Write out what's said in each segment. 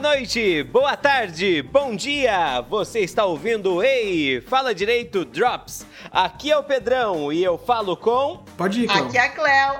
noite, boa tarde, bom dia! Você está ouvindo Ei, Fala Direito Drops. Aqui é o Pedrão e eu falo com. Pode ir, Cláudio. Aqui é a Cleo.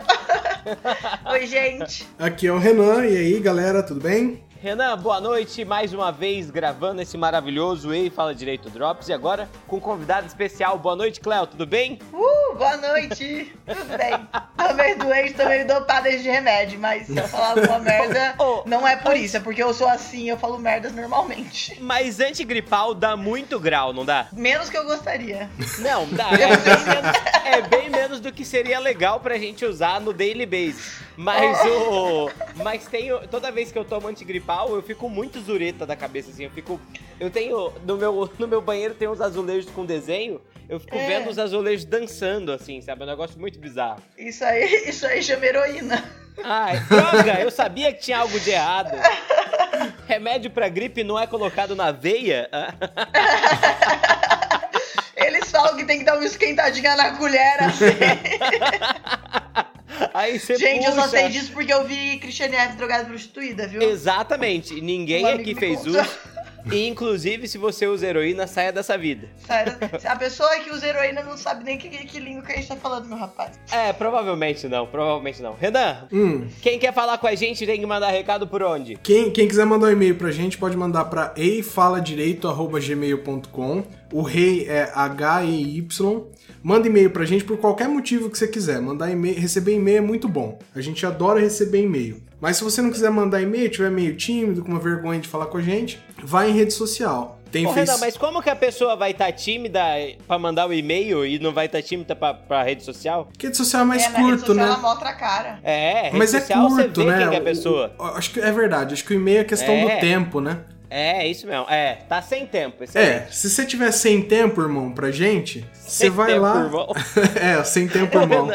Oi, gente. Aqui é o Renan, e aí, galera, tudo bem? Renan, boa noite, mais uma vez gravando esse maravilhoso Ei, Fala Direito Drops e agora com um convidado especial. Boa noite, Cleo, tudo bem? Uh, boa noite. Tudo bem. Tô meio doente, tô meio dopada de remédio, mas se eu falar alguma merda, Ô, ô, não é por isso, é porque eu sou assim, eu falo merdas normalmente. Mas antigripal dá muito grau, não dá? Menos que eu gostaria. Não, dá. É bem menos, é bem menos do que seria legal pra gente usar no daily base. Mas o. Mas tenho. Toda vez que eu tomo antigripal, eu fico muito zureta da cabeça, assim. Eu fico. Eu tenho. No meu, no meu banheiro tem uns azulejos com desenho. Eu fico É. vendo os azulejos dançando, assim, sabe? É um negócio muito bizarro. Isso aí, isso aí chama heroína. Ai, droga! Eu sabia que tinha algo de errado. Remédio pra gripe não é colocado na veia? Eles falam que tem que dar uma esquentadinha na colher assim. Aí você Gente, eu só puxa. sei disso porque eu vi Cristiane F. drogada e prostituída, viu? Exatamente. Ninguém Um amigo aqui me fez contou. uso. E, inclusive, se você usa heroína, saia dessa vida. Sério, a pessoa que usa heroína não sabe nem que, que língua que a gente tá falando, meu rapaz. É, provavelmente não, provavelmente não. Renan, Hum. quem quer falar com a gente tem que mandar recado por onde? Quem, quem quiser mandar um e-mail pra gente, pode mandar pra eifaladireito.gmail.com. O rei é H-E-Y. Manda e-mail pra gente por qualquer motivo que você quiser. Mandar e-mail, receber e-mail é muito bom. A gente adora receber e-mail. Mas se você não quiser mandar e-mail, tiver meio tímido, com uma vergonha de falar com a gente, vai em rede social. Tem Ô, face- Renan, mas como que a pessoa vai estar tímida pra mandar o e-mail e não vai estar tímida pra, pra rede social? Rede social é mais é, na rede curto, social né? ela mostra a cara. É, rede Mas é social você curto, vê né? quem que é a O- pessoa. o- acho que é verdade. Acho que o e-mail é questão É. do tempo, né? É, isso mesmo. É, tá sem tempo. excelente. É, se você tiver sem tempo, irmão, pra gente, você Sem vai tempo, lá. irmão. é, sem tempo, irmão.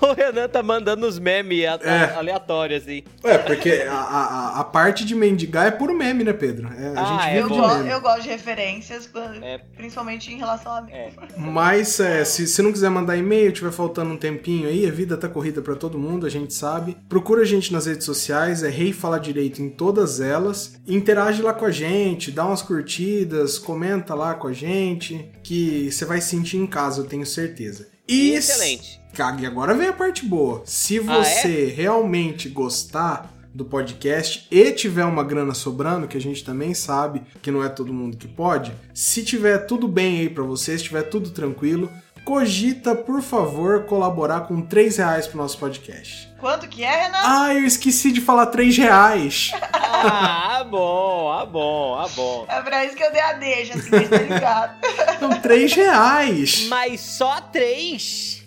O Renan tá mandando os memes a- É. aleatórios, assim. É, porque a, a- a parte de mendigar é puro meme, né, Pedro? É, a Ah, gente é vive eu, de bom. go- meme. eu gosto de referências, quando- É. principalmente em relação a mim. É. Mas é, se, se não quiser mandar e-mail, tiver faltando um tempinho aí, a vida tá corrida pra todo mundo, a gente sabe. Procura a gente nas redes sociais, é Rei Fala Direito em todas elas. Interage lá com a gente, dá umas curtidas, comenta lá com a gente, que você vai sentir em casa, eu tenho certeza. E Excelente. Cague, agora vem a parte boa. Se Ah, é? você realmente gostar do podcast e tiver uma grana sobrando, que a gente também sabe que não é todo mundo que pode, se tiver tudo bem aí pra você, se tiver tudo tranquilo, cogita, por favor, colaborar com 3 reais pro nosso podcast. Quanto que é, Renan? Ah, eu esqueci de falar 3 reais. Ah, bom, ah, bom, ah, bom. É pra isso que eu dei a deixa, assim, deixa ligado. Então, 3 reais. Mas só três?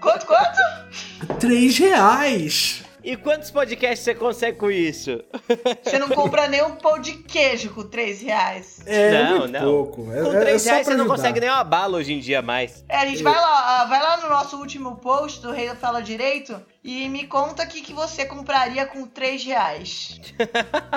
Quanto, quanto? 3 reais. E quantos podcasts você consegue com isso? Você não compra nem um pão de queijo com 3 reais. É, Não, muito não. pouco. É, Com é- é três só reais pra você não ajudar. consegue nem uma bala hoje em dia mais. É, a gente vai lá, ó, vai lá no nosso último post do Rei Fala Direito e me conta o que, que você compraria com 3 reais.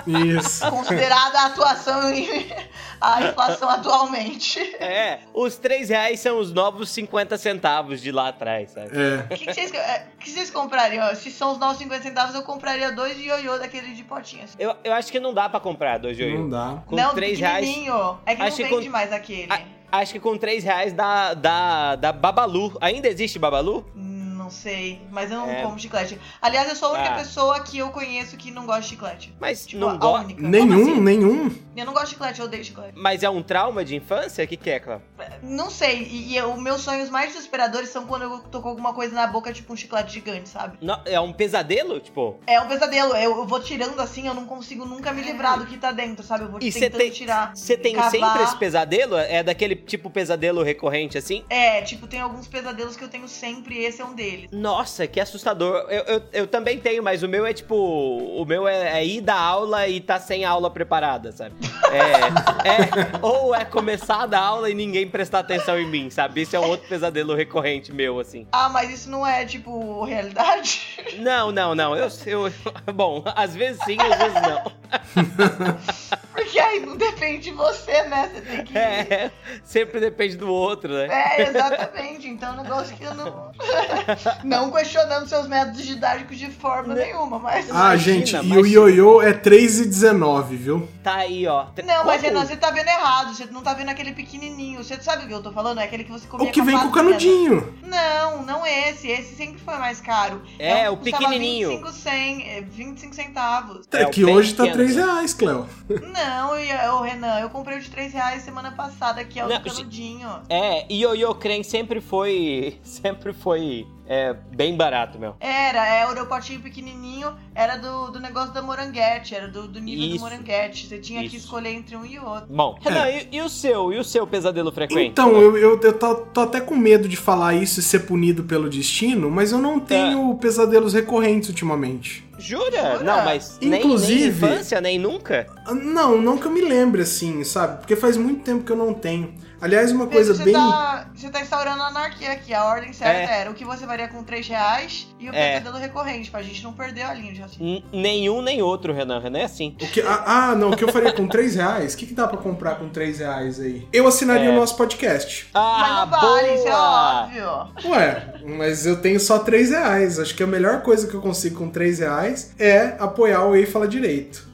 Isso. Considerada a atuação e a inflação atualmente. É, os três reais são os novos 50 centavos de lá atrás, sabe? É. O que, que vocês, eh, que vocês comprariam? Se são os 9,50 centavos, eu compraria dois de ioiô daquele de potinhas. Eu, eu acho que não dá pra comprar dois Não joios. dá. Com não, três reais. pequenininho. É que Acho que não com- vende mais aquele. A- Acho que com três reais dá, dá, dá Babalu. Ainda existe Babalu? Hum, Não sei, mas eu não É. como chiclete. Aliás, eu sou a única Ah. pessoa que eu conheço que não gosta de chiclete. Mas Tipo, não a gosta. única. Nenhum, Como assim? nenhum. Eu não gosto de chiclete, eu odeio chiclete. Mas é um trauma de infância? O que, que é, Cláudio? Não sei, e, e os meus sonhos mais desesperadores são quando eu tô com alguma coisa na boca, tipo um chiclete gigante, sabe? Não, é um pesadelo? Tipo. É um pesadelo, eu, eu vou tirando assim, eu não consigo nunca me livrar do que tá dentro, sabe? Eu vou E você tentando tem, tirar. você tem cavar. sempre esse pesadelo? É daquele tipo pesadelo recorrente assim? É, tipo, tem alguns pesadelos que eu tenho sempre e esse é um deles. Nossa, que assustador. Eu, eu, eu também tenho, mas o meu é tipo. O meu é, é ir da aula e tá sem aula preparada, sabe? É, é- Ou é começar da aula e ninguém prestar atenção em mim, sabe? Esse é um outro pesadelo recorrente meu, assim. Ah, mas isso não é, tipo, realidade? Não, não, não. Eu, eu- Bom, às vezes sim, às vezes não. Porque aí não depende depende de você, né? Você tem que. É, sempre depende do outro, né? É, exatamente. Então, um negócio que eu não. não questionando seus métodos didáticos de forma nenhuma, mas. Ah, Imagina, gente, e o imagina. ioiô é 3,19, viu? Tá aí, ó. Tre- Não, mas Como- Renan, você tá vendo errado. Você não tá vendo aquele pequenininho. Você sabe o que eu tô falando? É aquele que você comia O que vem com o a fazenda. canudinho. Não, não esse. Esse sempre foi mais caro. É, um o que custava pequenininho. 25, cen- é, 25 centavos. É, o que bem hoje tá pequeno. 3 reais, Cleo. não, e eu, Renan, eu comprei o de 3 reais semana passada, que é o Não, do canudinho. É, ioiô creme sempre foi. Sempre foi é, bem barato, meu. Era, era o meu potinho pequenininho, era do, do negócio da moranguete, era do, do nível do Isso. moranguete. Você tinha que Isso. escolher entre um e outro. Bom, Renan, e, e o seu? E o seu pesadelo frequente? É. Então, eu, eu, eu tô, tô até com medo de falar isso e ser punido pelo destino, mas eu É. não tenho pesadelos recorrentes ultimamente. Jura? Jura? Não, mas nem- Inclusive- nem infância, nem nunca? Ah, Não, não que eu me lembre, assim, sabe? Porque faz muito tempo que eu não tenho. Aliás, uma coisa Pedro, bem. Você tá, você tá instaurando a anarquia aqui. A ordem certa era o que você varia com 3 reais e o É. pesadelo recorrente, pra gente não perder a linha de raciocínio. N- nenhum nem outro, Renan. Renan é assim. O que, ah, ah, não, o que eu faria com 3 reais? O que, que dá pra comprar com 3 reais aí? Eu assinaria É. o nosso podcast. Mas Ah, não vale, isso é boa! óbvio. Ué, mas eu tenho só 3 reais. Acho que a melhor coisa que eu consigo com 3 reais é apoiar o Ei Fala Direito.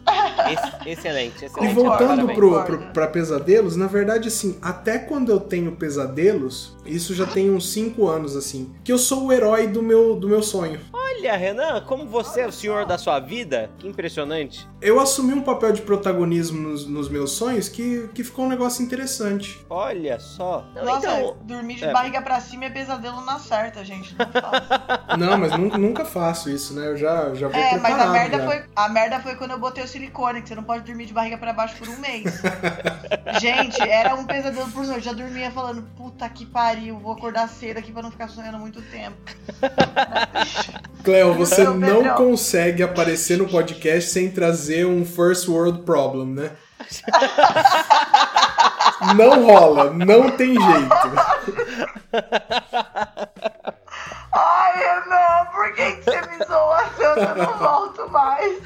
Ex- excelente, E excelente. voltando Parabéns. pro, concordo. pro- pra pesadelos, na verdade, assim, até quando eu tenho pesadelos, isso já tem uns 5 anos, assim, que eu sou o herói do meu, do meu sonho. Olha, Renan, como você é Olha o senhor só. da sua vida? Que impressionante. Eu assumi um papel de protagonismo nos, nos meus sonhos que, que ficou um negócio interessante. Olha só. Não, Nossa, então, dormir de é. barriga pra cima é pesadelo na certa, gente. Não faço. Não, mas nun- nunca faço isso, né? Eu já, já vou é, mas a preparado merda, já. foi, a merda foi quando eu botei o silicone, que você não pode dormir de barriga pra baixo por um mês. gente, era um pesadelo por noite. Eu já dormia falando, puta que pariu, vou acordar cedo aqui pra não ficar sonhando muito tempo. Cleo, você Não, não Pedrão. consegue aparecer no podcast sem trazer um first world problem, né? Não rola, não tem jeito. Ai, Renan, por que, que você me zoa tanto? Eu não volto mais.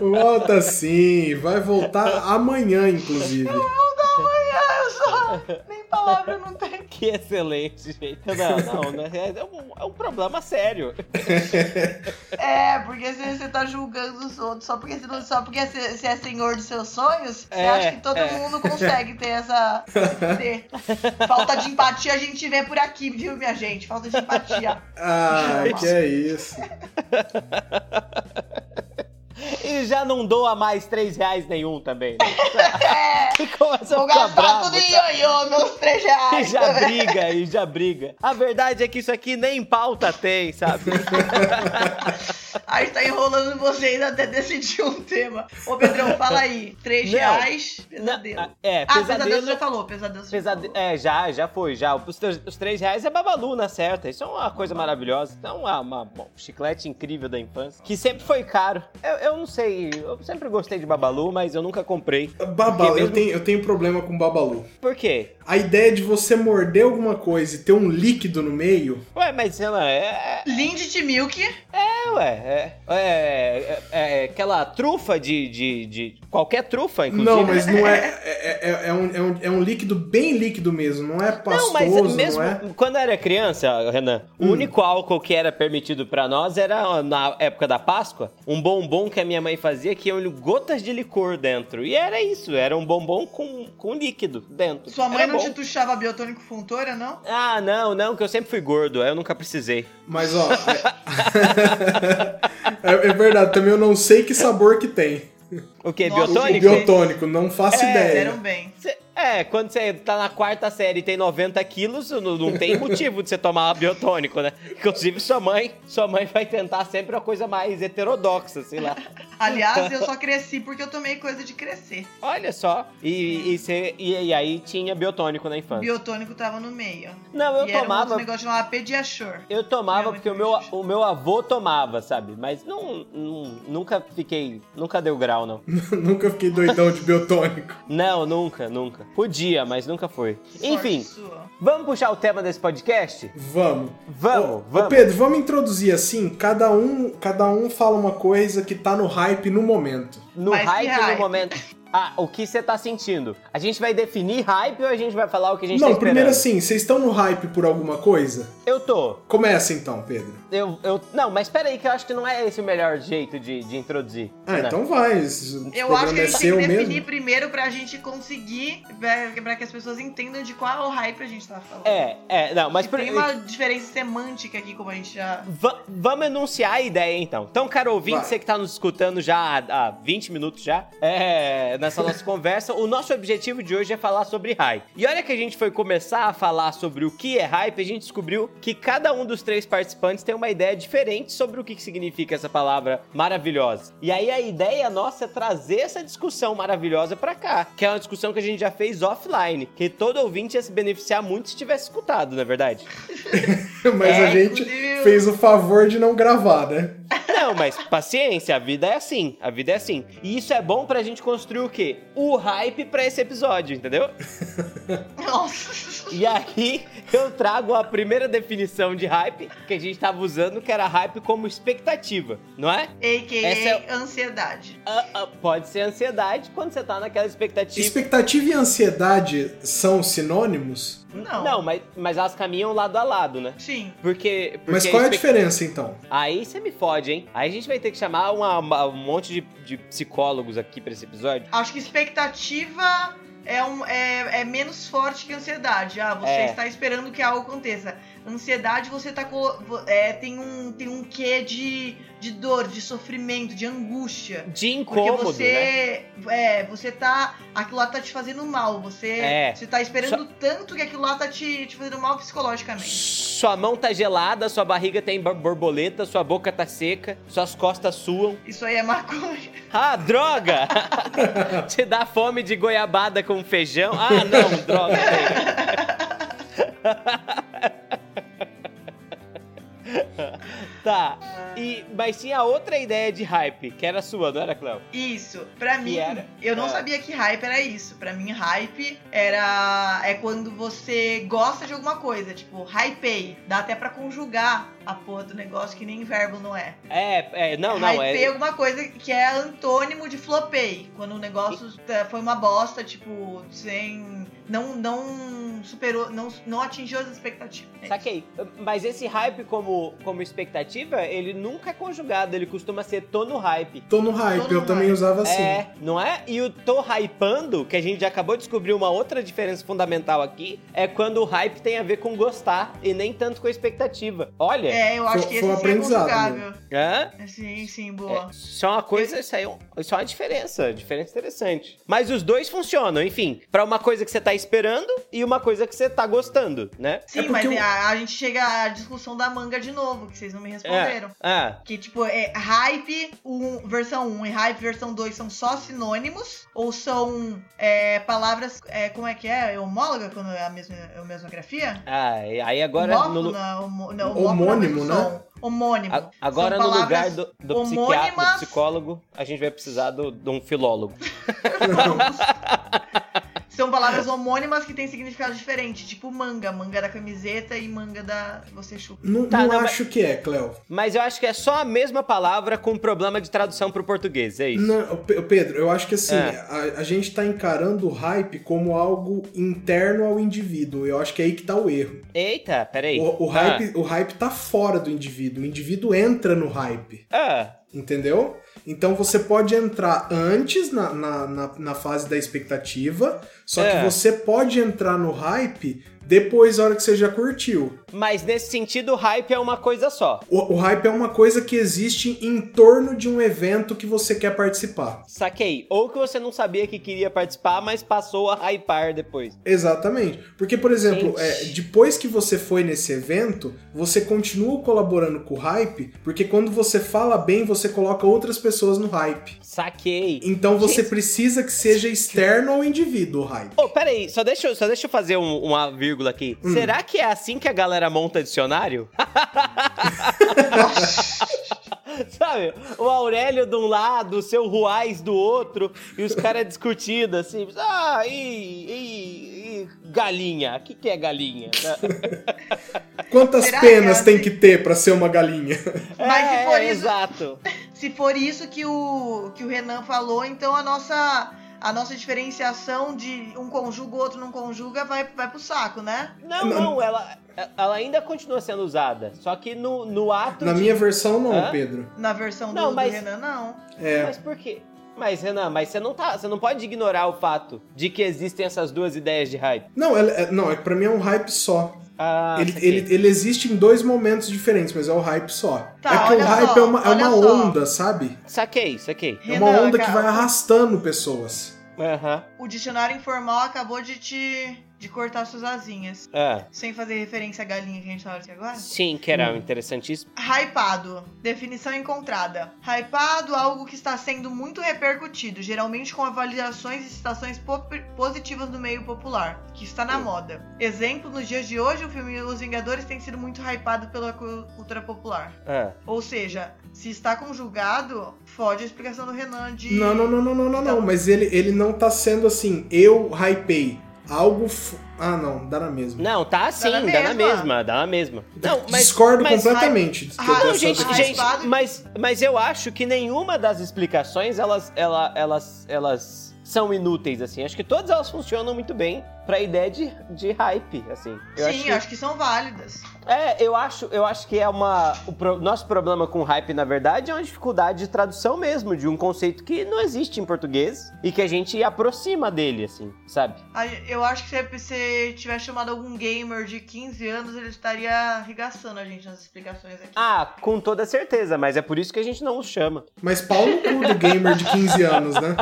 Volta sim, vai voltar amanhã, inclusive. Não dá amanhã, eu só. Nem palavra eu não tenho. que excelente, gente. Não, não, né? é, um, é um problema sério. É, porque você, você tá julgando os outros só porque você, só porque você, você é senhor dos seus sonhos, você É, acha que todo é. mundo consegue ter essa. ter. Falta de empatia a gente vê por aqui, viu, minha gente? Falta de empatia. Ah, que é isso. E já não doa mais três reais nenhum também. Né? E começa a É, Vou ficar gastar bravo. tudo em tá? ioiô, meus três E reais. já briga, e já briga. A verdade é que isso aqui nem pauta tem, sabe? A gente tá enrolando vocês até decidir um tema. Ô, Pedrão, fala aí. Três Não. reais, Não, pesadelo. é, ah, pesadelo pesadelo. você já falou, pesadelo você já Pesade... falou. É, já, já foi, já. Os, teus- os três reais é babalu na certa. Isso é uma coisa maravilhosa. Então, uma, uma- bom, chiclete incrível da infância. Que sempre foi caro. Eu, eu não sei, eu sempre gostei de babalu, mas eu nunca comprei. Babalu, Porque eu mesmo- tenho, eu tenho problema com babalu. Por quê? A ideia de você morder alguma coisa e ter um líquido no meio. Ué, mas Renan, é. Lindt Milk. É, ué. É, é, é- é aquela trufa de, de, de. Qualquer trufa, inclusive. né? Não, mas não é. É, é- é um, é, um, é um líquido bem líquido mesmo, não é pastoso, Não, não, mas mesmo é? Hum. quando eu era criança, Renan, o único álcool que era permitido pra nós era na época da Páscoa, um bombom que a minha mãe fazia que iam gotas de licor dentro. E era isso, era um bombom com, com líquido dentro. Sua mãe Era não bom. te tuchava biotônico Fontoura, não? Ah, não, não, que eu sempre fui gordo, aí eu nunca precisei. Mas ó. É... é verdade, também eu não sei que sabor que tem. O quê? Nossa, O biotônico? biotônico, não faço É, ideia. Fizeram bem. Cê- É, quando você tá na quarta série e tem 90 quilos, não, não tem motivo de você tomar biotônico, né? Inclusive, sua mãe, sua mãe vai tentar sempre uma coisa mais heterodoxa, sei lá. Aliás, eu só cresci porque eu tomei coisa de crescer. Olha só. E, e, cê- e- e aí tinha biotônico na infância. Biotônico tava no meio. Não, eu e era um outro tomava. negócio chamado Pediashore. Eu tomava Não, porque o eu meu, também acho. o meu avô tomava, sabe? Mas não, não- nunca fiquei. Nunca deu grau, não. Nunca fiquei doidão de biotônico. Não, nunca, nunca. Podia, mas nunca foi. Sorte Enfim, sua. vamos puxar o tema desse podcast? Vamos. Vamos, Ô, vamos. Ô Pedro, vamos introduzir assim, cada um, cada um fala uma coisa que tá no hype no momento. No Mas que hype, hype? no momento. Ah, o que você tá sentindo? A gente vai definir hype ou a gente vai falar o que a gente Não, tá esperando? primeiro assim, vocês estão no hype por alguma coisa? Eu tô. Começa então, Pedro. Eu, eu, não, mas espera aí que eu acho que não é esse o melhor jeito de, de introduzir. Ah, Renan. então vai. esse Eu programa acho que a é gente tem seu que definir mesmo. primeiro pra gente conseguir, pra- pra que as pessoas entendam de qual hype a gente tá falando. É, é, não, mas... E por- Tem uma diferença semântica aqui, como a gente já. Va- vamos enunciar a ideia então. Então, cara ouvinte, Vai. você que tá nos escutando já há, há 20 minutos já, é, nessa nossa conversa, o nosso objetivo de hoje é falar sobre hype. E olha que a gente foi começar a falar sobre o que é hype, a gente descobriu que cada um dos três participantes tem uma ideia diferente sobre o que que significa essa palavra maravilhosa. E aí a ideia nossa é trazer essa discussão maravilhosa pra cá, que é uma discussão que a gente já fez offline, que todo ouvinte ia se beneficiar muito se tivesse escutado, na verdade. Mas a É, gente inclusive- fez o favor de não gravar, né? Não, mas paciência, a vida é assim, a vida é assim. E isso é bom pra gente construir o quê? O hype pra esse episódio, entendeu? Nossa! E aí eu trago a primeira definição de hype que a gente tava usando, que era hype como expectativa, não é? AKA Essa ansiedade. Ah, ah, pode ser ansiedade quando você tá naquela expectativa. Expectativa e ansiedade são sinônimos? Não. Não, mas, mas elas caminham lado a lado, né? Sim. Porque. porque Mas qual é a expect- diferença então? Aí você me fode, hein? Aí a gente vai ter que chamar uma- uma- um monte de, de psicólogos aqui pra esse episódio. Acho que expectativa é, um, é, é menos forte que ansiedade. Ah, você É. está esperando que algo aconteça. Ansiedade, você tá co- vo- é, tem, um, tem um quê de, de dor, de sofrimento, de angústia. De Porque incômodo, né? você. É, você tá. Aquilo lá tá te fazendo mal. Você, É. você tá esperando tanto que aquilo lá tá te, te fazendo mal psicologicamente. Sua mão tá gelada, sua barriga tem bor- borboleta, sua boca tá seca, suas costas suam. Isso aí é maconha. Ah, droga! Te dá fome de goiabada com feijão? Ah, não, droga. tá. E, mas tinha outra ideia de hype, que era sua, não era, Cléo? Isso, pra mim, era? eu não Ah. sabia que hype era isso. Pra mim, hype era é quando você gosta de alguma coisa, tipo, hypei. Dá até pra conjugar a porra do negócio que nem verbo não é. É, é, não, não, hypei é. alguma coisa que é antônimo de flopei, quando o negócio tá- foi uma bosta, tipo, sem não não superou, não não atingiu as expectativas. É isso. Saquei. Mas esse hype como, como expectativa, ele nunca é conjugado, ele costuma ser tô no hype. Tô no hype, Tô no eu também hype. usava assim. É, não é? E o tô hypando, que a gente já acabou de descobrir uma outra diferença fundamental aqui, é quando o hype tem a ver com gostar e nem tanto com a expectativa. Olha, É, eu acho Foi- que foi um esse sim é aprendizado, né? conjugável. hã? Sim, sim, boa. É, isso é uma coisa, isso, aí é um- isso é uma diferença, diferença interessante. Mas os dois funcionam, enfim, pra uma coisa que você tá esperando e uma coisa que você tá gostando, né? Sim, porque mas é, o- a, a gente chega à discussão da manga de novo, que vocês não me responderam. Ah, Que, tipo, é hype um, versão 1 e hype versão 2 são só sinônimos? Ou são é, palavras. é, como é que é? Homóloga quando é a mesma, é a mesma grafia? ah, e aí agora Homófono, no, lu- não, homo- não, homófono é o Homônimo, mesmo né? som. Homônimo. a- agora São no lugar palavras do, do psiquiatra, do homônimas. psicólogo, a gente vai precisar do- de um filólogo. São palavras homônimas que têm significado diferente, tipo manga, manga da camiseta e manga da que você chupa. Não, Tá, não não, mas- acho que é, Cléo. Mas eu acho que é só a mesma palavra com problema de tradução pro português, é isso. Não, Pe- Pedro, eu acho que assim, É. a, a gente tá encarando o hype como algo interno ao indivíduo. Eu acho que é aí que tá o erro. Eita, peraí. O, o hype, o hype tá fora do indivíduo. O indivíduo entra no hype, Ah, entendeu? Então você pode entrar antes na, na, na- na fase da expectativa, só É. que você pode entrar no hype depois, da hora que você já curtiu. mas nesse sentido, o hype é uma coisa só. O, o hype é uma coisa que existe em torno de um evento que você quer participar. Saquei. Ou que você não sabia que queria participar, mas passou a hypar depois. Exatamente. Porque, por exemplo, Gente. é, depois que você foi nesse evento, você continua colaborando com o hype, porque quando você fala bem, você coloca outras pessoas no hype. Saquei. Então você precisa que seja externo ao indivíduo o hype. Ô, peraí, só deixa, eu- só deixa eu fazer um- uma vírgula aqui. Hum. Será que é assim que a galera monta dicionário? Sabe? O Aurélio de um lado, o seu Ruais do outro, e os caras discutindo assim. Ah, e, e- e galinha? O que, que é galinha? Quantas Será que penas é tem assim? que ter pra ser uma galinha? Mas se for é, isso- Exato. Se for isso que o, que o Renan falou, então a nossa. a nossa diferenciação de um conjuga, o outro não conjuga, vai, vai pro saco, né? Não, não, ela, ela ainda continua sendo usada. Só que no, no ato. Na de- minha versão, não, Hã? Pedro. Na versão do, Não, do mas- Renan, não. É. Mas por quê? Mas, Renan, mas você não tá. Você não pode ignorar o fato de que existem essas duas ideias de hype. Não, ela, é, não, é que pra mim é um hype só. Ah, ele, saquei. ele, ele existe em dois momentos diferentes, mas é o hype só. Tá, é que o olha hype só, é uma, é olha uma só. onda, sabe? Saquei, saquei. É uma Renan, onda que cara, vai arrastando pessoas. Aham. O dicionário informal acabou de te de cortar suas asinhas. Ah, Hum. Sem fazer referência à galinha que a gente tava aqui agora? sim, que era interessantíssimo. Hypado. Definição encontrada. Hypado, algo que está sendo muito repercutido, geralmente com avaliações e citações po- positivas do meio popular, que está na moda. Exemplo, nos dias de hoje, o filme Os Vingadores tem sido muito hypado pela cu- cultura popular. Ah. Ou seja, se está conjugado, foge a explicação do Renan de... Não, não, não, não, não, não, não. Então- Mas ele, ele não tá sendo assim, eu hypei. Algo. f- Ah, não, dá na mesma. Não, tá sim, dá na na, mesma. mesma, dá na mesma. Não, mas, Discordo mas, completamente. Ah, que eu não, dou Não, essa gente, definição. gente, Raspado. mas, mas eu acho que nenhuma das explicações elas, ela- elas, elas são inúteis, assim. Acho que todas elas funcionam muito bem pra ideia de, de hype, assim. Eu Sim, acho que... são válidas. É, eu acho, eu acho que é uma. O pro- nosso problema com hype, na verdade, é uma dificuldade de tradução mesmo, de um conceito que não existe em português e que a gente aproxima dele, assim, sabe? A- Eu acho que se você tivesse chamado algum gamer de 15 anos, ele estaria arregaçando a gente nas explicações aqui. Ah, com toda certeza, mas é por isso que a gente não os chama. Mas pau no cu do gamer de 15 anos, né?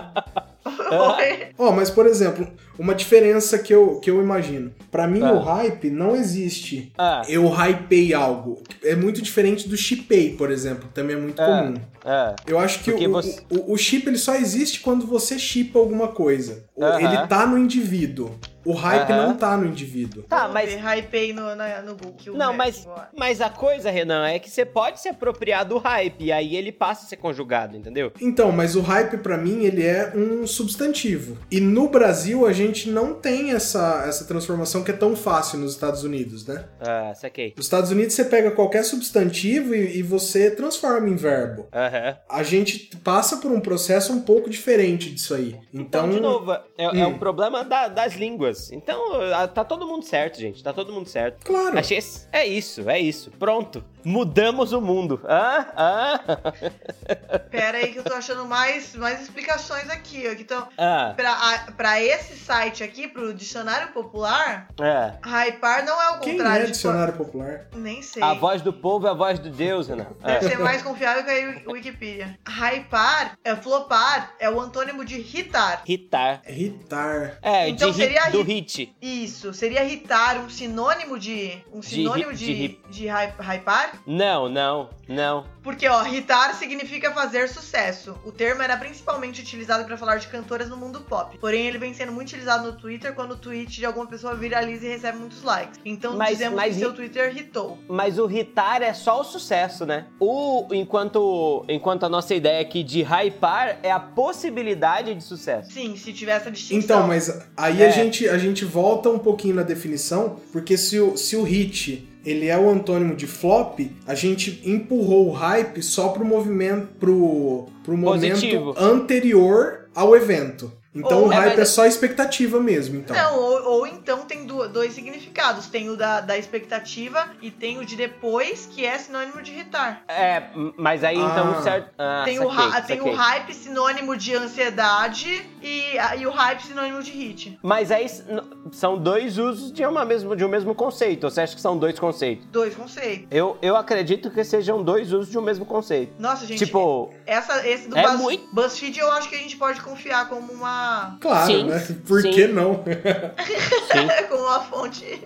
Oi. Ó, mas por exemplo, uma diferença que eu, que eu imagino. Pra mim, Ah. o hype não existe. Ah, Eu hypei algo. É muito diferente do chipei, por exemplo, que também é muito Ah. comum. ah. Eu acho que Porque o, você- o, o chip ele só existe quando você chipa alguma coisa. O- Aham. Ele tá no indivíduo. O hype Aham. não tá no indivíduo. Tá, Vamos mas- ver, Hypei no, na, no Google. Não, mas, mas a coisa, Renan, é que você pode se apropriar do hype, e aí ele passa a ser conjugado, entendeu? Então, mas o hype pra mim ele é um substantivo. E no Brasil a gente não tem essa, essa transformação que é tão fácil nos Estados Unidos, né? Ah, saquei. Nos Estados Unidos você pega qualquer substantivo e, e você transforma em verbo. Aham. A gente passa por um processo um pouco diferente disso aí. Então, Então, de novo, é, é Hum. um problema da- das línguas. Então, ah, tá todo mundo certo, gente. Tá todo mundo certo. claro. Achei. esse- É isso, é isso. Pronto. Mudamos o mundo. Ah, ah, Pera aí que eu tô achando mais, mais explicações aqui. ó, que tão- ah, pra, a- pra esse site aqui, pro Dicionário Popular, ah. hypar não é o Quem contrário é de- dicionário popular? Nem sei. A voz do povo é a voz de Deus, Renan. Deve Ah. ser mais confiável que a Wikipedia. Hypar, é flopar, é o antônimo de hitar. Hitar. Ritar. É, Então de hit, seria do hit. hit. Isso, seria hitar um sinônimo de. Um sinônimo de de, de, hip- hy- hypar? Não, não, não. Porque, ó, hitar significa fazer sucesso. O termo era principalmente utilizado para falar de cantoras no mundo pop. Porém, ele vem sendo muito utilizado no Twitter quando o tweet de alguma pessoa viraliza e recebe muitos likes. Então, Mas- dizemos mas que seu Twitter hitou. Mas o hitar é só o sucesso, né? O, enquanto, enquanto a nossa ideia aqui de hypar é a possibilidade de sucesso. Sim, se tiver essa distinção. Então, mas aí a, É. gente, a gente volta um pouquinho na definição, porque se o, se o hit ele é o antônimo de flop, a gente empurrou o hype só pro movimento pro, pro momento Positivo. anterior ao evento. Então Ou- o É, hype é mas- só expectativa mesmo, então. Não, ou, ou então tem du- dois significados. Tem o da, da expectativa e tem o de depois, que é sinônimo de irritar. É, m- mas aí então Ah. certo. Ah, tem, o saquei, ra- tem o saquei. hype sinônimo de ansiedade e, a- e o hype sinônimo de hit. Mas aí s- n- são dois usos de, uma mesmo, de um mesmo conceito. Ou Você acha que são dois conceitos? Dois conceitos. Eu, eu acredito que sejam dois usos de um mesmo conceito. Nossa, gente, tipo, essa, esse do é Buzz- muito- BuzzFeed eu acho que a gente pode confiar como uma, Claro, Sim, né? Por sim. que não? sim. como uma fonte.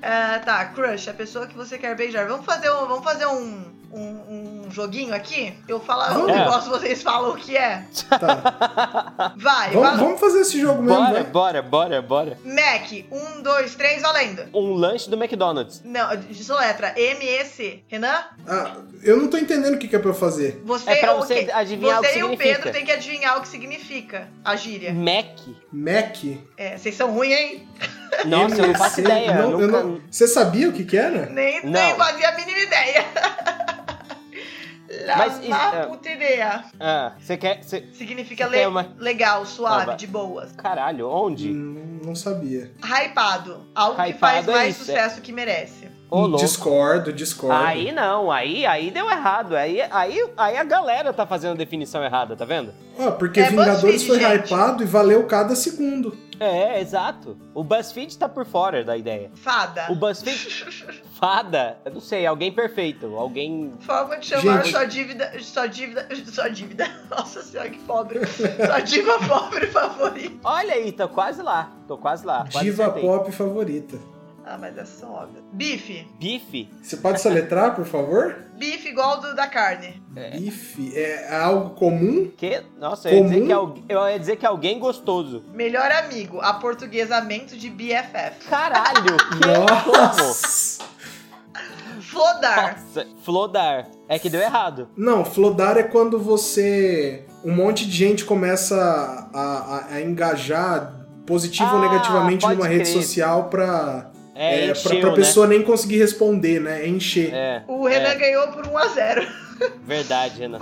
É, tá, crush, a pessoa que você quer beijar. Vamos fazer um, vamos fazer um, um, um joguinho aqui? Eu falo o Vamos. negócio, vocês falam o que é. Tá. Vai, vai. Vamos, vamos fazer esse jogo mesmo, bora, né? bora, bora, bora. Mac, um, dois, três, valendo. Um lanche do McDonald's. Não, isso letra M-E-C. Renan, Ah, eu não tô entendendo o que, que é pra eu fazer. você, É pra o você que- adivinhar o que você e o significa. Pedro tem que adivinhar o que significa a É. gíria. Mac? Mac? É, vocês são ruins, hein? Nossa, eu não faço MSC? ideia. Não, eu nunca- não- Você sabia o que, que era? Nem, Não. nem fazia a mínima ideia. Mas isso- é, Lavaputeria. Ah, você quer. Você... Significa Tem le- é uma- legal, Ah, suave, vai. de boas. Caralho, onde? Hum, Não sabia. Hypado. Algo que Hypado faz é mais isso, sucesso que merece. Ô, louco. Discordo, discordo. Aí não, aí, aí deu errado. Aí, aí, aí a galera tá fazendo a definição errada, tá vendo? Ah, porque É Vingadores BuzzFeed, foi gente. hypado e valeu cada segundo. É, exato. O BuzzFeed tá por fora da ideia. Fada. O BuzzFeed. Fada? Eu não sei, alguém perfeito. Alguém. Forma de chamar Gente. sua dívida, sua dívida, sua dívida. Nossa senhora, que pobre. Sua diva pobre favorita. Olha aí, tô quase lá. Tô quase lá. Quase Diva acertei. pop favorita. Ah, mas é só óbvio. Bife. Bife? Você pode soletrar, por favor? Bife igual do da carne. Bife é algo comum? Que? Nossa, eu ia, dizer Comum? que algu- eu ia dizer que é alguém gostoso. Melhor amigo, aportuguesamento de BFF. Caralho! que como? Nossa! Flodar. Nossa, flodar. É que deu errado. Não, flodar é quando você. Um monte de gente começa a, a- a engajar positivo ou Ah, negativamente pode numa rede crer. social pra, É, é, pra, encheu, pra né? pessoa nem conseguir responder, né? É encher. É, O Renan É. ganhou por 1x0. verdade, Renan.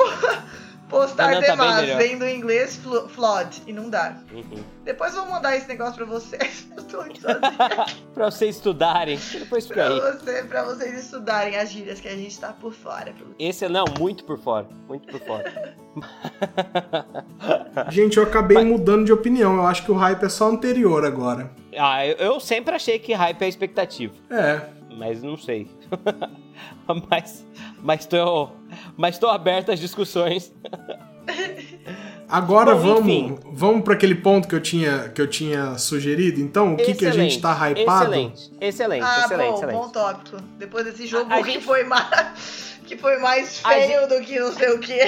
Postar Renan tá bem demais, melhor. vem do inglês flo- flood, inundar. Uhum. Depois eu vou mandar esse negócio pra vocês. Eu tô muito sozinha. pra vocês estudarem. Depois fica pra, aí. você, pra vocês estudarem as gírias que a gente tá por fora. Esse é, não, muito por fora. Muito por fora. É. Gente, eu acabei mudando de opinião. Eu acho que o hype é só anterior agora. Ah, eu, eu sempre achei que hype é expectativa. É. Mas não sei. mas, mas, tô, mas tô aberto às discussões. Agora Bom, vamos, enfim. vamos para aquele ponto que eu tinha, que eu tinha sugerido. Então, o que, que a gente tá hypado? Excelente, excelente, ah, excelente. bom, excelente. bom tópico. Depois desse jogo A- a que, gente- foi mais, que foi mais A feio do que não sei o que.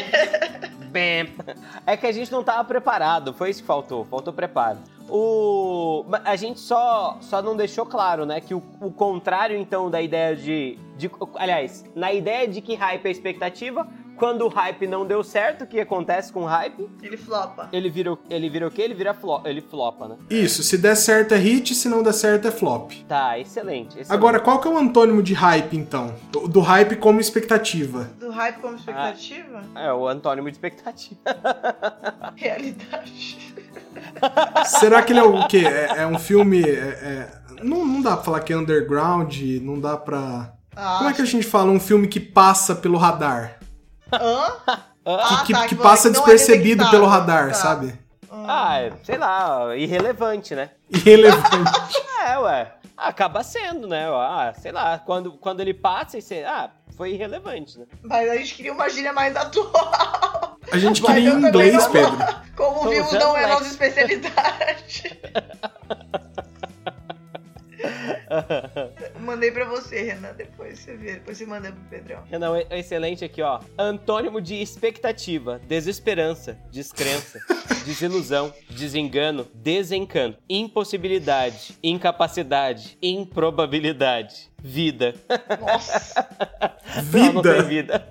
Bem. É que a gente não tava preparado, foi isso que faltou, faltou preparo. O... ma- A gente só, só não deixou claro, né, que o, o contrário, então, da ideia de, de... Aliás, na ideia de que hype é expectativa, quando o hype não deu certo, o que acontece com o hype? Ele flopa. Ele vira, o- ele vira o quê? Ele vira flo, ele flopa, né? Isso, se der certo é hit, se não der certo é flop. Tá, excelente. excelente. Agora, qual que é o antônimo de hype, então? Do, do hype como expectativa. Do hype como expectativa? É o antônimo de expectativa. Ah. Realidade. Será que ele é o quê? É, é um filme. é- é- não, não dá pra falar que é underground, não dá pra. Ah, Como é que a gente fala um filme que passa pelo radar? hã? Que, Ah, que- tá, que você passa não é despercebido detectável. pelo radar, Tá. sabe? Ah, Ah, sei lá, irrelevante, né? Irrelevante. É, ué. Acaba sendo, né? Ah, sei lá, quando, quando ele passa e você. Ah, foi irrelevante, né? Mas a gente queria uma gíria mais atual. A gente Mas queria eu em também inglês, não- Pedro. Como Tô vimos, usando não é Lex. nossa especialidade. Mandei pra você, Renan. Depois você vê. Depois você manda pro Pedrão. Não, é- é excelente aqui, ó. Antônimo de expectativa, desesperança, descrença, desilusão, desengano, desencanto, impossibilidade, incapacidade, improbabilidade, vida. Nossa. Não, não tem Vida. vida.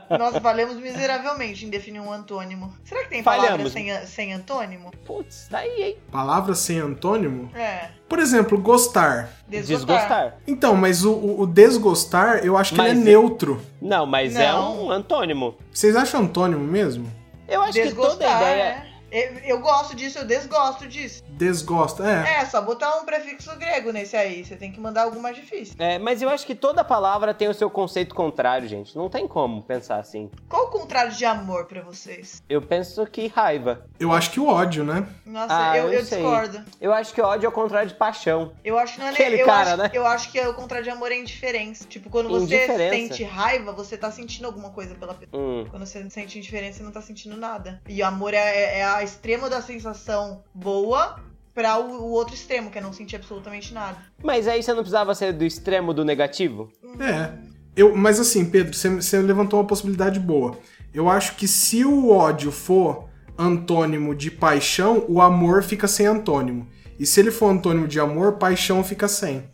Nós falhamos miseravelmente em definir um antônimo. Será que tem palavras Falhamos. sem, a- sem antônimo? Putz, tá aí, hein? Palavra sem antônimo? É. Por exemplo, gostar. Desgostar. Então, mas o, o- o desgostar, eu acho que ele é Mas- neutro. Não, mas é Não. um antônimo. Vocês acham antônimo mesmo? Eu acho que toda Desgostar. ideia. né? Eu, eu gosto disso, eu desgosto disso. Desgosta, é. É, só botar um prefixo grego nesse aí. Você tem que mandar algo mais difícil. É, mas eu acho que toda palavra tem o seu conceito contrário, gente. Não tem como pensar assim. Qual o contrário de amor pra vocês? Eu penso que raiva. Eu acho que o ódio, né? Nossa, Ah, eu, eu eu sei. discordo. Eu acho que ódio é o contrário de paixão. Eu acho que não é Aquele eu cara, acho, né? Eu acho que é o contrário de amor é indiferença. Tipo, quando você Indiferença. sente raiva, você tá sentindo alguma coisa pela pessoa. Hum. Quando você sente indiferença, você não tá sentindo nada. E o amor é, é a extrema da sensação boa pra o, o outro extremo, que é não sentir absolutamente nada. Mas aí você não precisava ser do extremo do negativo? É. Eu, mas assim, Pedro, você- você levantou uma possibilidade boa. Eu acho que se o ódio for antônimo de paixão, o amor fica sem antônimo. E se ele for antônimo de amor, paixão fica sem.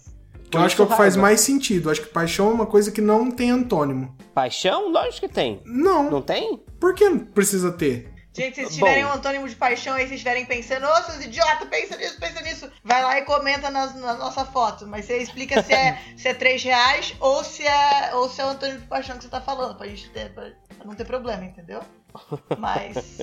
Por Eu acho que é isso o que faz raiva. mais sentido. Eu acho que paixão é uma coisa que não tem antônimo. Paixão? Lógico que tem. Não, Não tem? por que precisa ter? Gente, se vocês Bom. tiverem um antônimo de paixão aí, se vocês estiverem pensando, ô, seus idiotas, pensa nisso, pensa nisso, vai lá e comenta nas- na, nossa foto. Mas você explica se é, se é 3 reais ou se é, ou se é o antônimo de paixão que você tá falando, pra gente ter, pra, pra não ter problema, entendeu? Mas.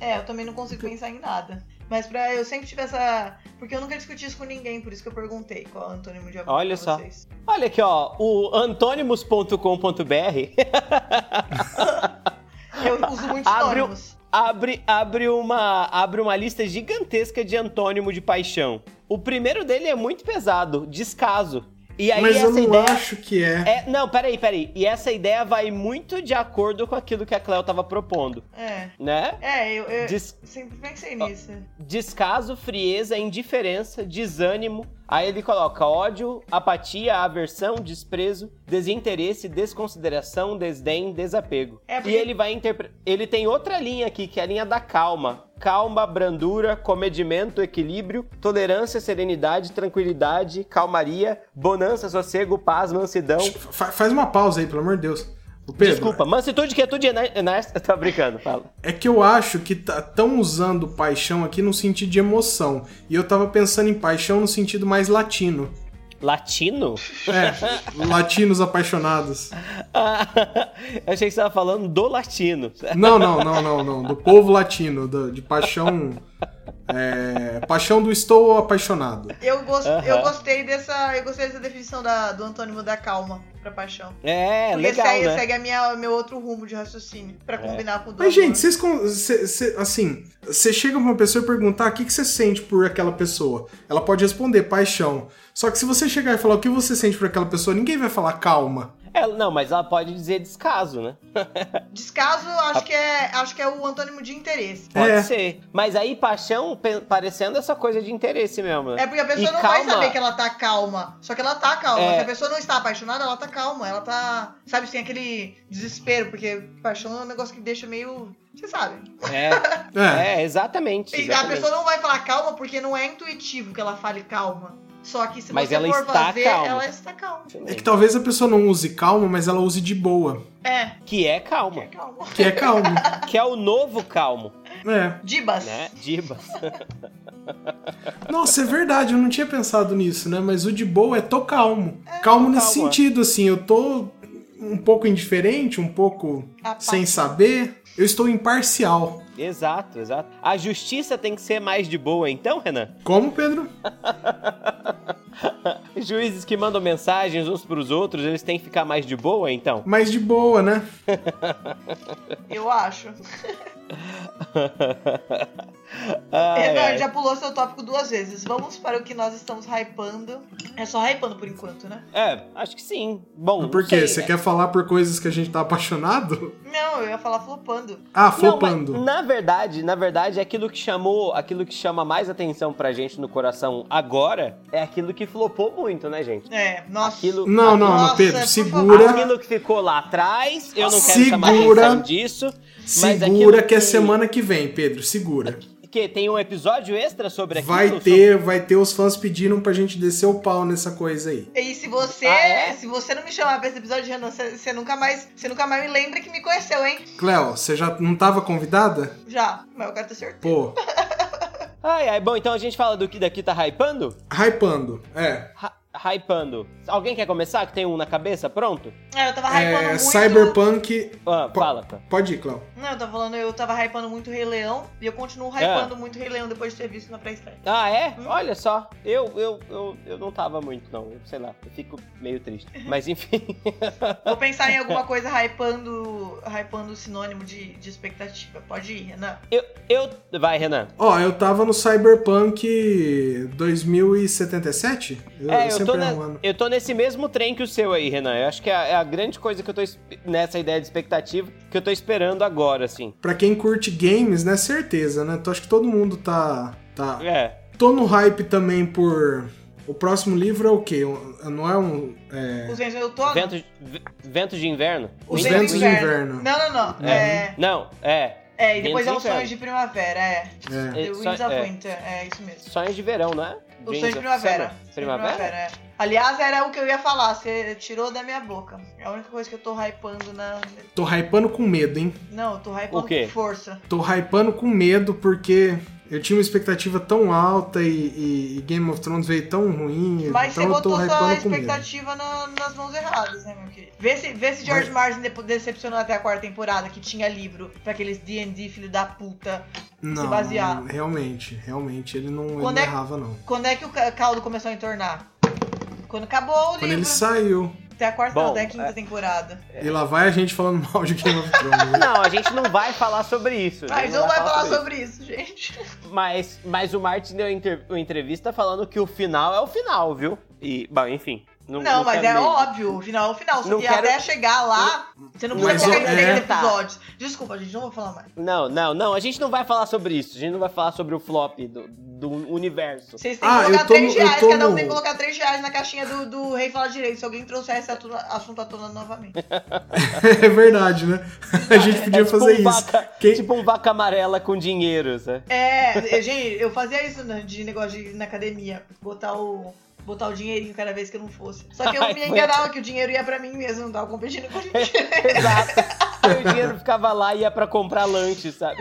É, eu também não consigo pensar em nada. Mas pra, eu sempre tive essa. Porque eu nunca discuti isso com ninguém, por isso que eu perguntei qual é o antônimo de amor Olha pra só. vocês. Olha aqui, ó, o antônimos.com.br Eu uso muitos Abre o- anônimos. abre, abre, uma, abre uma lista gigantesca de antônimo de paixão. O primeiro dele é muito pesado, descaso. E aí Mas essa eu não ideia acho que é, é. não, peraí, peraí. E essa ideia vai muito de acordo com aquilo que a Cleo tava propondo, É. né? É, eu, eu Des- sempre pensei nisso. descaso, frieza, indiferença, desânimo. Aí ele coloca ódio, apatia, aversão, desprezo, desinteresse, desconsideração, desdém, desapego. É, porque- E ele vai interpretar. Ele tem outra linha aqui, que é a linha da calma. Calma, brandura, comedimento, equilíbrio, tolerância, serenidade, tranquilidade, calmaria, bonança, sossego, paz, mansidão. Fa- Faz uma pausa aí, pelo amor de Deus. O Pedro, Desculpa, mansitude, quietude e enérgica. Tá brincando, fala. É que eu acho que estão usando paixão aqui no sentido de emoção. E eu tava pensando em paixão no sentido mais latino. Latino? É, latinos apaixonados. Ah, eu achei que você tava falando do latino. Não, não, não, não, não. Do povo latino, do- de paixão. é, paixão do estou apaixonado. Eu, gos- Aham. eu gostei dessa. Eu gostei dessa definição da- do antônimo da calma pra paixão. É, Porque legal, segue, né? É. segue a minha, meu outro rumo de raciocínio pra combinar com o do Mas, amor. gente, vocês. con- cê- cê- Assim, você chega pra uma pessoa e perguntar o que que você sente por aquela pessoa. Ela pode responder paixão. Só que se você chegar e falar o que você sente por aquela pessoa, ninguém vai falar calma. É, não, mas ela pode dizer descaso, né? Descaso, acho que é, acho que é o antônimo de interesse. Pode É. ser. Mas aí paixão pe- parecendo essa coisa de interesse mesmo. né? É porque a pessoa E não vai calma. saber que ela tá calma. Só que ela tá calma. É. Se a pessoa não está apaixonada, ela tá calma. Ela tá. Sabe, sem aquele desespero, porque paixão é um negócio que deixa meio. Você sabe. É, é, exatamente. E a exatamente. pessoa não vai falar calma porque não é intuitivo que ela fale calma. Só que se Mas você ela for está fazer, calma. ela está calma. É que talvez a pessoa não use calma, mas ela use de boa, É, Que é calma. calma. que é calmo. Que é o novo calmo, É. Dibas. né? Diba. Nossa, é verdade, eu não tinha pensado nisso, né? Mas o de boa é tô calmo. Calmo nesse calma. sentido, assim, eu tô um pouco indiferente, um pouco Apa- sem saber. Eu estou imparcial. exato, exato. A justiça tem que ser mais de boa, então, Renan? Como, Pedro? Juízes que mandam mensagens uns pros outros, eles têm que ficar mais de boa, então? Mas de boa, né? Eu acho. Ai, Renan, ai. já pulou seu tópico duas vezes. Vamos para o que nós estamos hypando. É só hypando por enquanto, né? É, acho que sim. Bom, Por não quê? sei, Você né? quer falar por coisas que a gente tá apaixonado? Não, eu ia falar flopando. Ah, Não, flopando. mas, na verdade, na verdade, aquilo que chamou, aquilo que chama mais atenção pra gente no coração agora é aquilo que flopou muito, né, gente? É, nossa. Aquilo, Não, não, Nossa, não, Pedro, por segura. Aquilo que ficou lá atrás, eu não quero chamar Segura. atenção disso. mas Segura aquilo que é que- semana que vem, Pedro, segura. Que tem um episódio extra sobre aquilo. Vai ter, vai ter os fãs pedindo pra gente descer o pau nessa coisa aí. E se você, Ah, é? se você não me chamar pra esse episódio, Renan, você você nunca mais, você nunca mais me lembra que me conheceu, hein? Cleo, você já não tava convidada? Já, mas eu quero ter certeza. Pô, Ai, ai, bom, então a gente fala do que daqui tá hypando? hypando. É. Hi- hypando. Alguém quer começar? Que tem um na cabeça? Pronto? É, eu tava hypando é muito. cyberpunk. Ah, Po- fala. tá. Pode ir, Cleo. Não, eu tava falando, eu tava hypando muito Rei Leão e eu continuo É. hypando muito Rei Leão depois de ter visto na pré-estreia. Ah, é? Olha só. Eu, eu, eu, eu não tava muito, não. Eu, sei lá, eu fico meio triste. Mas enfim. Vou pensar em alguma coisa hypando, hypando o sinônimo de, de expectativa. Pode ir, Renan. Eu, eu. Vai, Renan. Ó, eu tava no Cyberpunk 2077? Eu, É, eu eu tô, sempre na- erro o ano. eu tô nesse mesmo trem que o seu aí, Renan. Eu acho que é a, é a grande coisa que eu tô es- nessa ideia de expectativa que eu tô esperando agora, assim. Pra quem curte games, né? Certeza, né? Tô, acho que todo mundo tá. tá. É. Tô no hype também por. O próximo livro é o quê? Um- Não é um. é, Os Ventos de Outono? Vento, v- vento de inverno? Os Os Vento- Ventos Ventos de do Inverno. Inverno. Não, não, não. É. É, Não, é. é, e depois é Ventos os do Inverno. Sonhos de Primavera, é. é. The É, só- Winds of é. Winter, é isso mesmo. Sonhos de verão, né? Os Sonhos de of Primavera. Summer. Primavera? é. Aliás, era o que eu ia falar, você tirou da minha boca. É a única coisa que eu tô hypando na. Tô hypando com medo, hein? Não, eu tô O hypando quê? com força. Tô hypando com medo porque eu tinha uma expectativa tão alta e, e- e Game of Thrones veio tão ruim. Mas então você eu tô botou sua hypando com medo. expectativa na- nas mãos erradas, né, meu querido? Vê se, vê se George Martin de- decepcionou até a quarta temporada, que tinha livro pra aqueles D&D filho da puta. Não, basear. realmente, realmente, ele não, ele Quando não é- errava, não. Quando é que o ca- caldo começou a entornar? Quando acabou o Quando livro. ele saiu, Até a quarta, Bom, não, até a quinta temporada. e lá vai a gente falando mal de Game of Thrones. né? Não, a gente não vai falar sobre isso. a Mas gente não vai falar sobre isso. sobre isso, gente. Mas, mas o Martin deu inter- uma entrevista falando que o final é o final, viu? E, bom, enfim. Não, Não, não mas quero é nem- óbvio, o final é o final. Só Não que quero- até chegar lá, você não precisa Mas colocar eu- em três é. episódios. Desculpa, gente, não vou falar mais. Não, não, não. A gente não vai falar sobre isso. A gente não vai falar sobre o flop do, do universo. Vocês têm Ah, que colocar eu tô 3 no- eu reais, tô cada um no- tem que colocar 3 reais na caixinha do, do Rei Fala Direito, se alguém trouxer esse atu- assunto à tona novamente. é verdade, né? A gente podia fazer um isso. Vaca, Quem- Tipo um vaca amarela com dinheiro, sabe? É, eu- gente, eu fazia isso né, de negócio de ir na academia, botar o. Botar o dinheirinho cada vez que eu não fosse. Só que eu Ai, me foi- enganava que o dinheiro ia pra mim mesmo, não tava competindo com ninguém. Exato. Aí o dinheiro ficava lá e ia pra comprar lanche, sabe?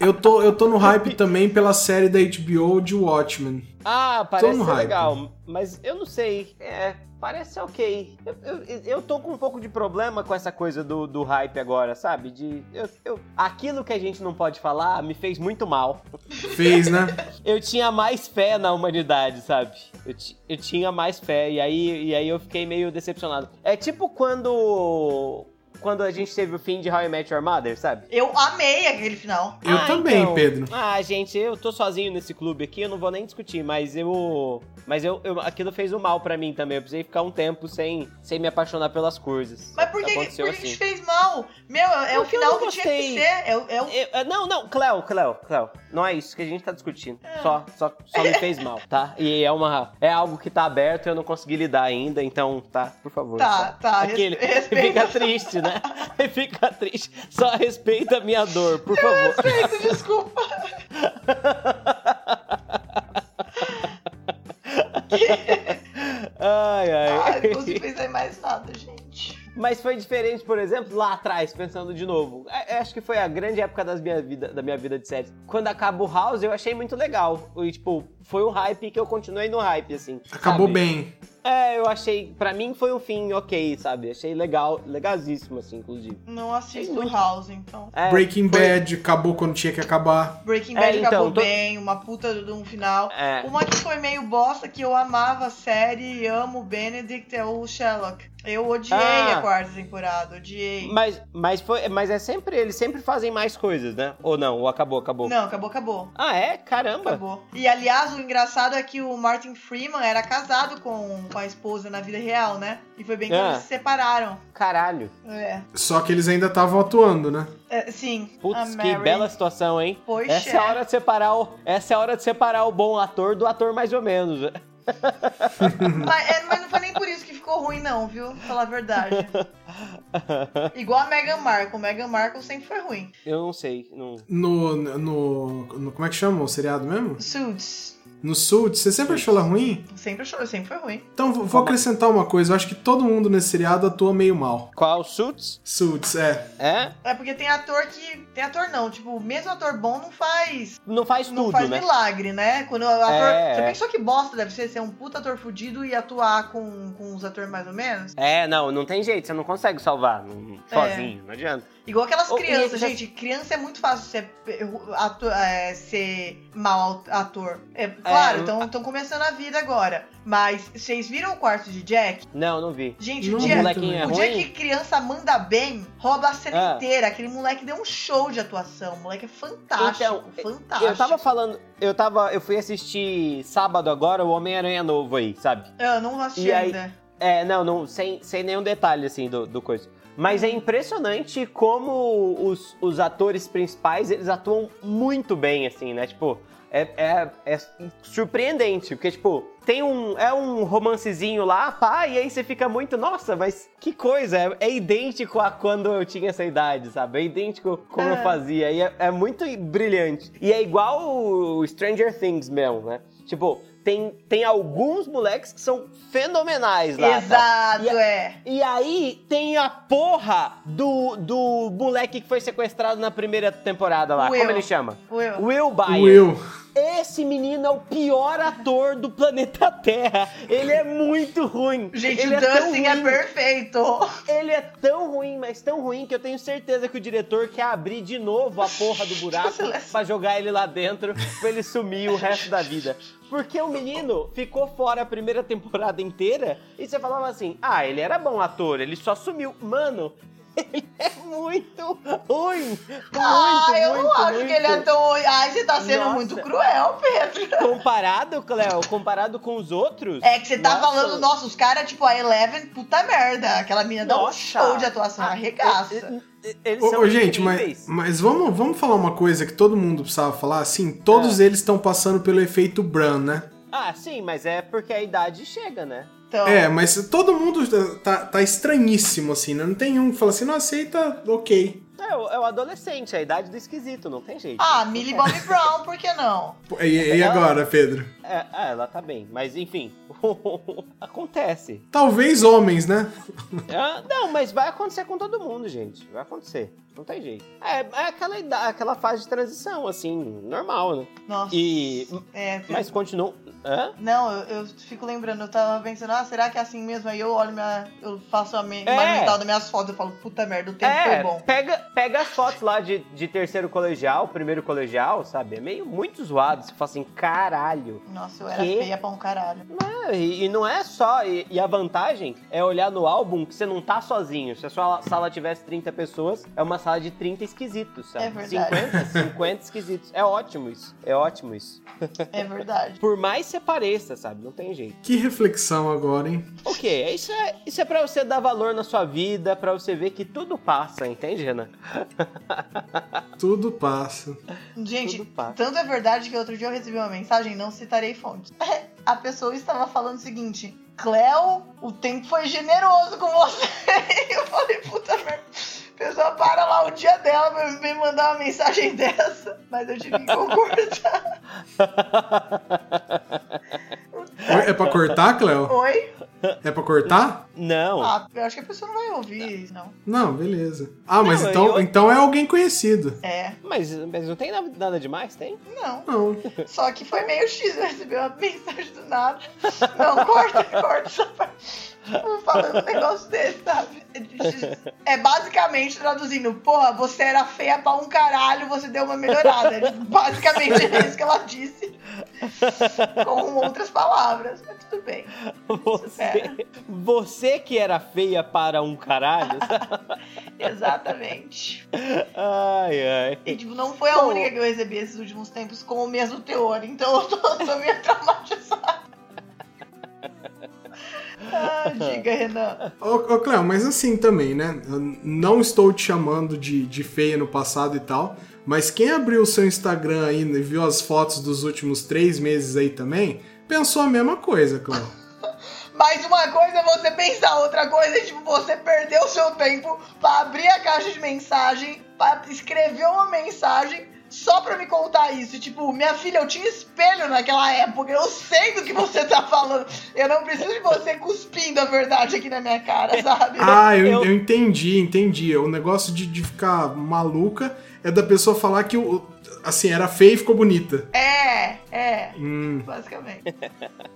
Eu tô, eu tô no hype também pela série da HBO de Watchmen. Ah, parece no ser hype. legal, mas eu não sei. É, parece ser ok. Eu, eu, eu tô com um pouco de problema com essa coisa do, do hype agora, sabe? De eu, eu- aquilo que a gente não pode falar me fez muito mal. Fez, né? Eu tinha mais fé na humanidade, sabe? Eu, ti- eu tinha mais fé e aí, e aí eu fiquei meio decepcionado. É tipo quando quando a gente teve o fim de How I Met Your Mother, sabe? Eu amei aquele final. Eu Ah, também, então. Pedro. Ah, gente, eu tô sozinho nesse clube aqui, eu não vou nem discutir, mas eu. Mas eu, eu- aquilo fez um mal pra mim também. Eu precisei ficar um tempo sem, sem me apaixonar pelas coisas. Mas por que, por que aconteceu que te assim? fez mal? Meu, é o Porque eu final não que tinha que gostei. ser. É, o- é o Eu- eu- não, não, Cleo, Cleo, Cleo. Não é isso que a gente tá discutindo. É. Só, só, só me fez mal, tá? E é uma. É algo que tá aberto e eu não consegui lidar ainda, então, tá, por favor. Tá, só. tá, Aquele respe- que respeita. fica triste, né? E fica triste. Só respeita a minha dor, por favor. Perfeito, desculpa. Ai, Ah, ai. não consigo pensar em mais nada, gente. Mas foi diferente, por exemplo, lá atrás, pensando de novo. A- Acho que foi a grande época das minha vida, da minha vida de séries. Quando acaba o House, eu achei muito legal. E, tipo, foi um hype que eu continuei no hype, assim. Acabou sabe? bem. É, eu achei. Pra mim foi um fim ok, sabe? Achei legal, legalzíssimo, assim, inclusive. Não assisto House, então. É, Breaking foi- Bad acabou quando tinha que acabar. Breaking É, Bad então, acabou tô- bem, uma puta de um final. É. Uma que foi meio bosta, que eu amava a série e amo o Benedict, é o Sherlock. Eu odiei Ah. a quarta temporada, odiei. Mas, mas, foi, mas é sempre. Eles sempre fazem mais coisas, né? Ou não? Ou acabou, acabou. Não, acabou, acabou. Ah, é? Caramba. Acabou. E aliás, o engraçado é que o Martin Freeman era casado com, com a esposa na vida real, né? E foi bem que Ah. eles se separaram. Caralho. É. Só que eles ainda estavam atuando, né? É, sim. a Putz, que Mary. bela situação, hein? Pois essa é. é. a hora de separar o, essa é a hora de separar o bom ator do ator mais ou menos. Mas, é, mas não foi nem por isso que ficou ruim, não, viu? Falar a verdade. Igual a Meghan Markle. Meghan Markle sempre foi ruim. Eu não sei, não. No, no, no- Como é que chama o seriado mesmo? Suits. No Suits. Você sempre achou ela ruim? Sempre achou, sempre foi ruim. Então, vou- vou acrescentar uma coisa. Eu acho que todo mundo nesse seriado atua meio mal. Qual Suits? Suits, é. É? É porque tem ator que. Tem ator não, tipo, mesmo ator bom não faz. Não faz Não tudo, faz né? milagre, né? Quando o ator. É, Você é. pensou que bosta deve ser ser um puta ator fudido e atuar com, com os atores mais ou menos? É, não, não tem jeito, você não consegue salvar não- É. sozinho, não adianta. Igual aquelas Ô, crianças, e já- gente. Criança é muito fácil ser, atu- é, ser mal ator. É, claro, É, estão começando a vida agora. Mas vocês viram o quarto de Jack? Não, não vi. Gente, Não, o O Jack- dia, molequinho é o dia ruim? que criança manda bem, rouba a cena Ah. inteira. Aquele moleque deu um show de atuação. O moleque é fantástico. Então, fantástico. Eu tava falando, eu tava, eu fui assistir sábado agora o Homem-Aranha novo aí, sabe? Eu não assisti E aí- ainda. É, não, não sem, sem nenhum detalhe assim do, do coisa. Mas é impressionante como os, os atores principais, eles atuam muito bem, assim, né? Tipo, é, é, é surpreendente, porque, tipo, tem um. É um romancezinho lá, pá, e aí você fica muito, nossa, mas que coisa! É, é idêntico a quando eu tinha essa idade, sabe? É idêntico como eu É. fazia. E é, é muito brilhante. E é igual o Stranger Things mesmo, né? Tipo, tem, tem alguns moleques que são fenomenais lá. tá? Exato, E- é. E aí tem a porra do, do moleque que foi sequestrado na primeira temporada lá. Will. Como ele chama? Will. Will Byers. Will. Esse menino é o pior ator do planeta Terra. Ele é muito ruim. Gente, ele o tão Dustin é ruim. perfeito. Ele é tão ruim, mas tão ruim que eu tenho certeza que o diretor quer abrir de novo a porra do buraco Celeste. pra jogar ele lá dentro pra ele sumir o resto da vida. Porque o menino ficou fora a primeira temporada inteira e você falava assim: ah, ele era bom ator, ele só sumiu. Mano. Ele é muito ruim! Muito, ah, eu muito, não acho muito. que ele é tão. Ai, você tá sendo Nossa. muito cruel, Pedro. Comparado, Cléo, comparado com os outros. É que você tá nossa. falando, nossa, os caras, tipo, a Eleven, puta merda. Aquela mina dá um Nossa. Ah, é, show de atuação, arregaça. E- e- Eles Ô, são ô, gente, mas, incríveis. mas vamos, vamos falar uma coisa que todo mundo precisava falar? Assim, todos eles estão passando pelo efeito Bran, né? Ah, sim, mas é porque a idade chega, né? Então, É, mas todo mundo tá, tá estranhíssimo, assim, né? Não tem um que fala assim, não aceita, ok. É, o- é o adolescente, é a idade do esquisito, não tem jeito. Ah, Millie Bobby Brown, por que não? E, e agora, Pedro? É, ah, ela tá bem, mas enfim, acontece. Talvez homens, né? Ah, não, mas vai acontecer com todo mundo, gente. Vai acontecer, não tem jeito. É, é aquela, ida- aquela fase de transição, assim, normal, né? Nossa. E, É, mas continua... Hã? Não, eu, eu fico lembrando, eu tava pensando, ah, será que é assim mesmo? Aí eu olho minha. Eu faço a me- É. imagem mental das minhas fotos, eu falo, puta merda, o tempo foi É, bom. pega, pega as fotos lá de, de terceiro colegial, primeiro colegial, sabe? É meio muito zoado, você fala assim, caralho. Nossa, eu era Que? feia pra um caralho. É, E, e não é só. E, e a vantagem é olhar no álbum que você não tá sozinho. Se a sua sala tivesse 30 pessoas, é uma sala de 30 esquisitos, sabe? É verdade. 50, 50 esquisitos. É ótimo isso. É ótimo isso. É verdade. Por mais que você pareça, sabe? Não tem jeito. Que reflexão agora, hein? Ok, isso é, isso é pra você dar valor na sua vida, pra você ver que tudo passa, entende, Renan? Tudo passa. Gente, Tudo passa. tanto é verdade que outro dia eu recebi uma mensagem, não citarei fonte. A pessoa estava falando o seguinte: Cléo, o tempo foi generoso com você. Eu falei, puta merda. A pessoa para lá o dia dela pra me mandar uma mensagem dessa. Mas eu tive que concordar. Oi, É pra cortar, Cleo? Oi? É pra cortar? Não. Ah, eu acho que a pessoa não vai ouvir isso, não. Não, beleza. Ah, mas Não, então, eu- então é alguém conhecido. É, Mas, mas não tem nada- nada demais, tem? não. Não. Só que foi meio X, né? eu recebi uma mensagem do nada. Não, corta, corta essa parte. Tipo, Falando um negócio desse, sabe? É basicamente traduzindo, porra, você era feia pra um caralho, você deu uma melhorada. É Basicamente é isso que ela disse. Com outras palavras, mas tudo bem. Você, você que era feia para um caralho. sabe? Exatamente. ai, ai. E tipo, não foi a Bom, única que eu recebi esses últimos tempos com o mesmo teor, então eu tô, tô meio traumatizada. Ah, diga, Renan. Ô, ô Cleo, mas assim também, né? Eu não estou te chamando de, de feia no passado e tal, mas quem abriu o seu Instagram aí e viu as fotos dos últimos três meses aí também, pensou a mesma coisa, Cleo. Mas uma coisa é você pensar, outra coisa é tipo você perder o seu tempo pra abrir a caixa de mensagem, pra escrever uma mensagem só pra me contar isso. E, Tipo, minha filha, eu tinha espelho naquela época, eu sei do que você tá falando. Eu não preciso de você cuspindo a verdade aqui na minha cara, sabe? Ah, eu, Eu- eu entendi, entendi. O negócio de, de ficar maluca é da pessoa falar que, o- assim, era feia e ficou bonita. É, é. Hum. Basicamente.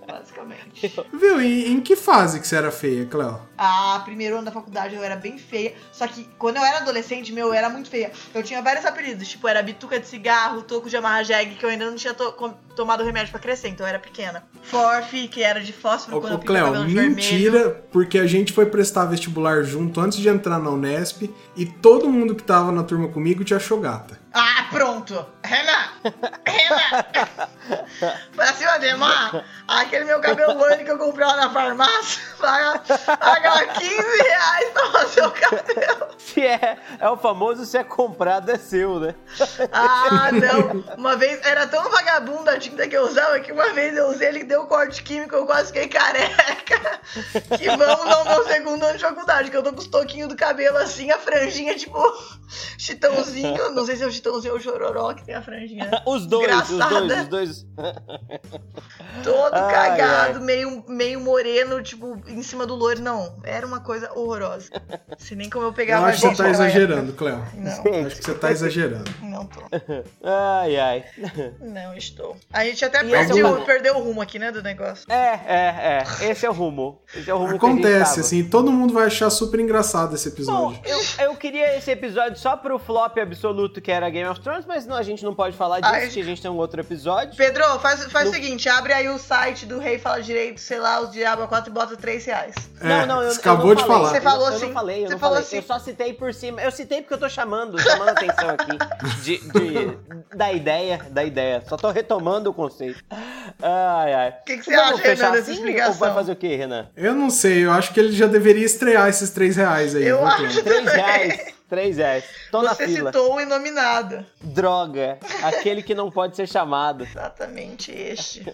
Basicamente. Viu? E em que fase que você era feia, Cleo? Ah, primeiro ano da faculdade eu era bem feia. Só que quando eu era adolescente, meu, eu era muito feia. Eu tinha vários apelidos, tipo, era bituca de cigarro, toco de amarra jegue, que eu ainda não tinha to- com- tomado remédio pra crescer, então eu era pequena. Forf, que era de fósforo, Ô, quando ô eu pintei o Cleo, cabelo de mentira, vermelho. porque a gente foi prestar vestibular junto antes de entrar na Unesp e todo mundo que tava na turma comigo te achou gata. Ah, pronto! Renan! Renan! pra cima de mar, aquele meu cabelo loiro que eu comprei lá na farmácia, paga- pagava 15 reais pra fazer o cabelo. Se é, é o famoso se é comprado é seu, né? Ah, não. Uma vez era tão vagabunda a tinta que eu usava que uma vez eu usei, ele deu corte químico, eu quase fiquei careca. Que vamos ao meu segundo ano de faculdade, que eu tô com os toquinhos do cabelo assim, a franjinha tipo chitãozinho. Não sei se é o Chitãozinho Chororó, que tem a franjinha Os dois, Engraçada. os dois, os dois. todo Ai, cagado, Meio, meio moreno, tipo, em cima do loiro. Não, era uma coisa horrorosa. Se nem como eu Eu pegava acho que a você gente tá naquela exagerando, Cleo. Não. Eu Acho que você tá exagerando. época. Não tô. Ai, ai. Não estou. A gente até E é perdeu, alguma- perdeu o rumo aqui, né, do negócio. É, é, é. Esse é o rumo. Esse é o rumo que a gente Acontece, tava. assim, todo mundo vai achar super engraçado esse Bom, episódio. eu, eu queria esse episódio só pro flop absoluto que era Game of Thrones, mas não, a gente não pode falar disso, Ai. que a gente tem um outro episódio. Pedro, faz, faz o No- seguinte, abre aí o site do Rei Fala Direito, sei lá, os Diabo 4 e bota 3 reais. É, não, não, eu, você eu não acabou de falei. falar. Você falou eu, Eu assim, não falei, eu você não falou falei. assim. Eu só citei por cima. Eu citei porque eu tô chamando, chamando atenção aqui de, de- da ideia, da ideia. Só tô retomando o conceito. Ai, ai. O que, que você Vamos acha, Renan, fechar dessa assim, explicação? Ou vai fazer o quê, Renan? Eu não sei, eu acho que ele já deveria estrear esses três reais aí. Eu viu, Cleo? acho. 3 reais, 3 reais. Tô na Você fila. citou o Inominado. Droga, aquele que não pode ser chamado. Exatamente este.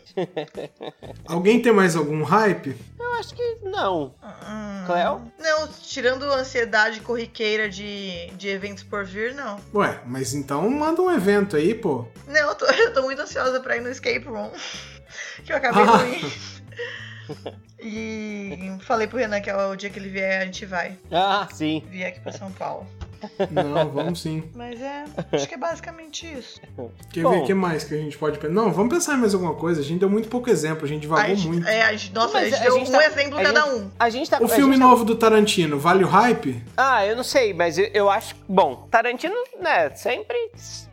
Alguém tem mais algum hype? Eu acho que não. Hum. Cleo? Não, tirando a ansiedade corriqueira de, de eventos por vir, não. Ué, mas então manda um evento aí, pô. Não, eu tô, eu tô muito ansiosa pra ir no escape room. Que eu acabei Ah. não indo. E falei pro Renan que é o dia que ele vier, a gente vai. Ah, sim. Vier aqui pra São Paulo. Não, vamos sim. Mas é, acho que é basicamente isso. Quer ver Bom. o que mais que a gente pode. pe- Não, vamos pensar em mais alguma coisa. A gente deu muito pouco exemplo, a gente A divagou gente- muito. é, a gente- nossa, Mas a gente a deu gente um tá- exemplo a cada gente- um. A gente tá O a filme gente tá- novo do Tarantino, vale o hype? Ah, eu não sei, mas eu, eu acho. Bom, Tarantino, né? Sempre.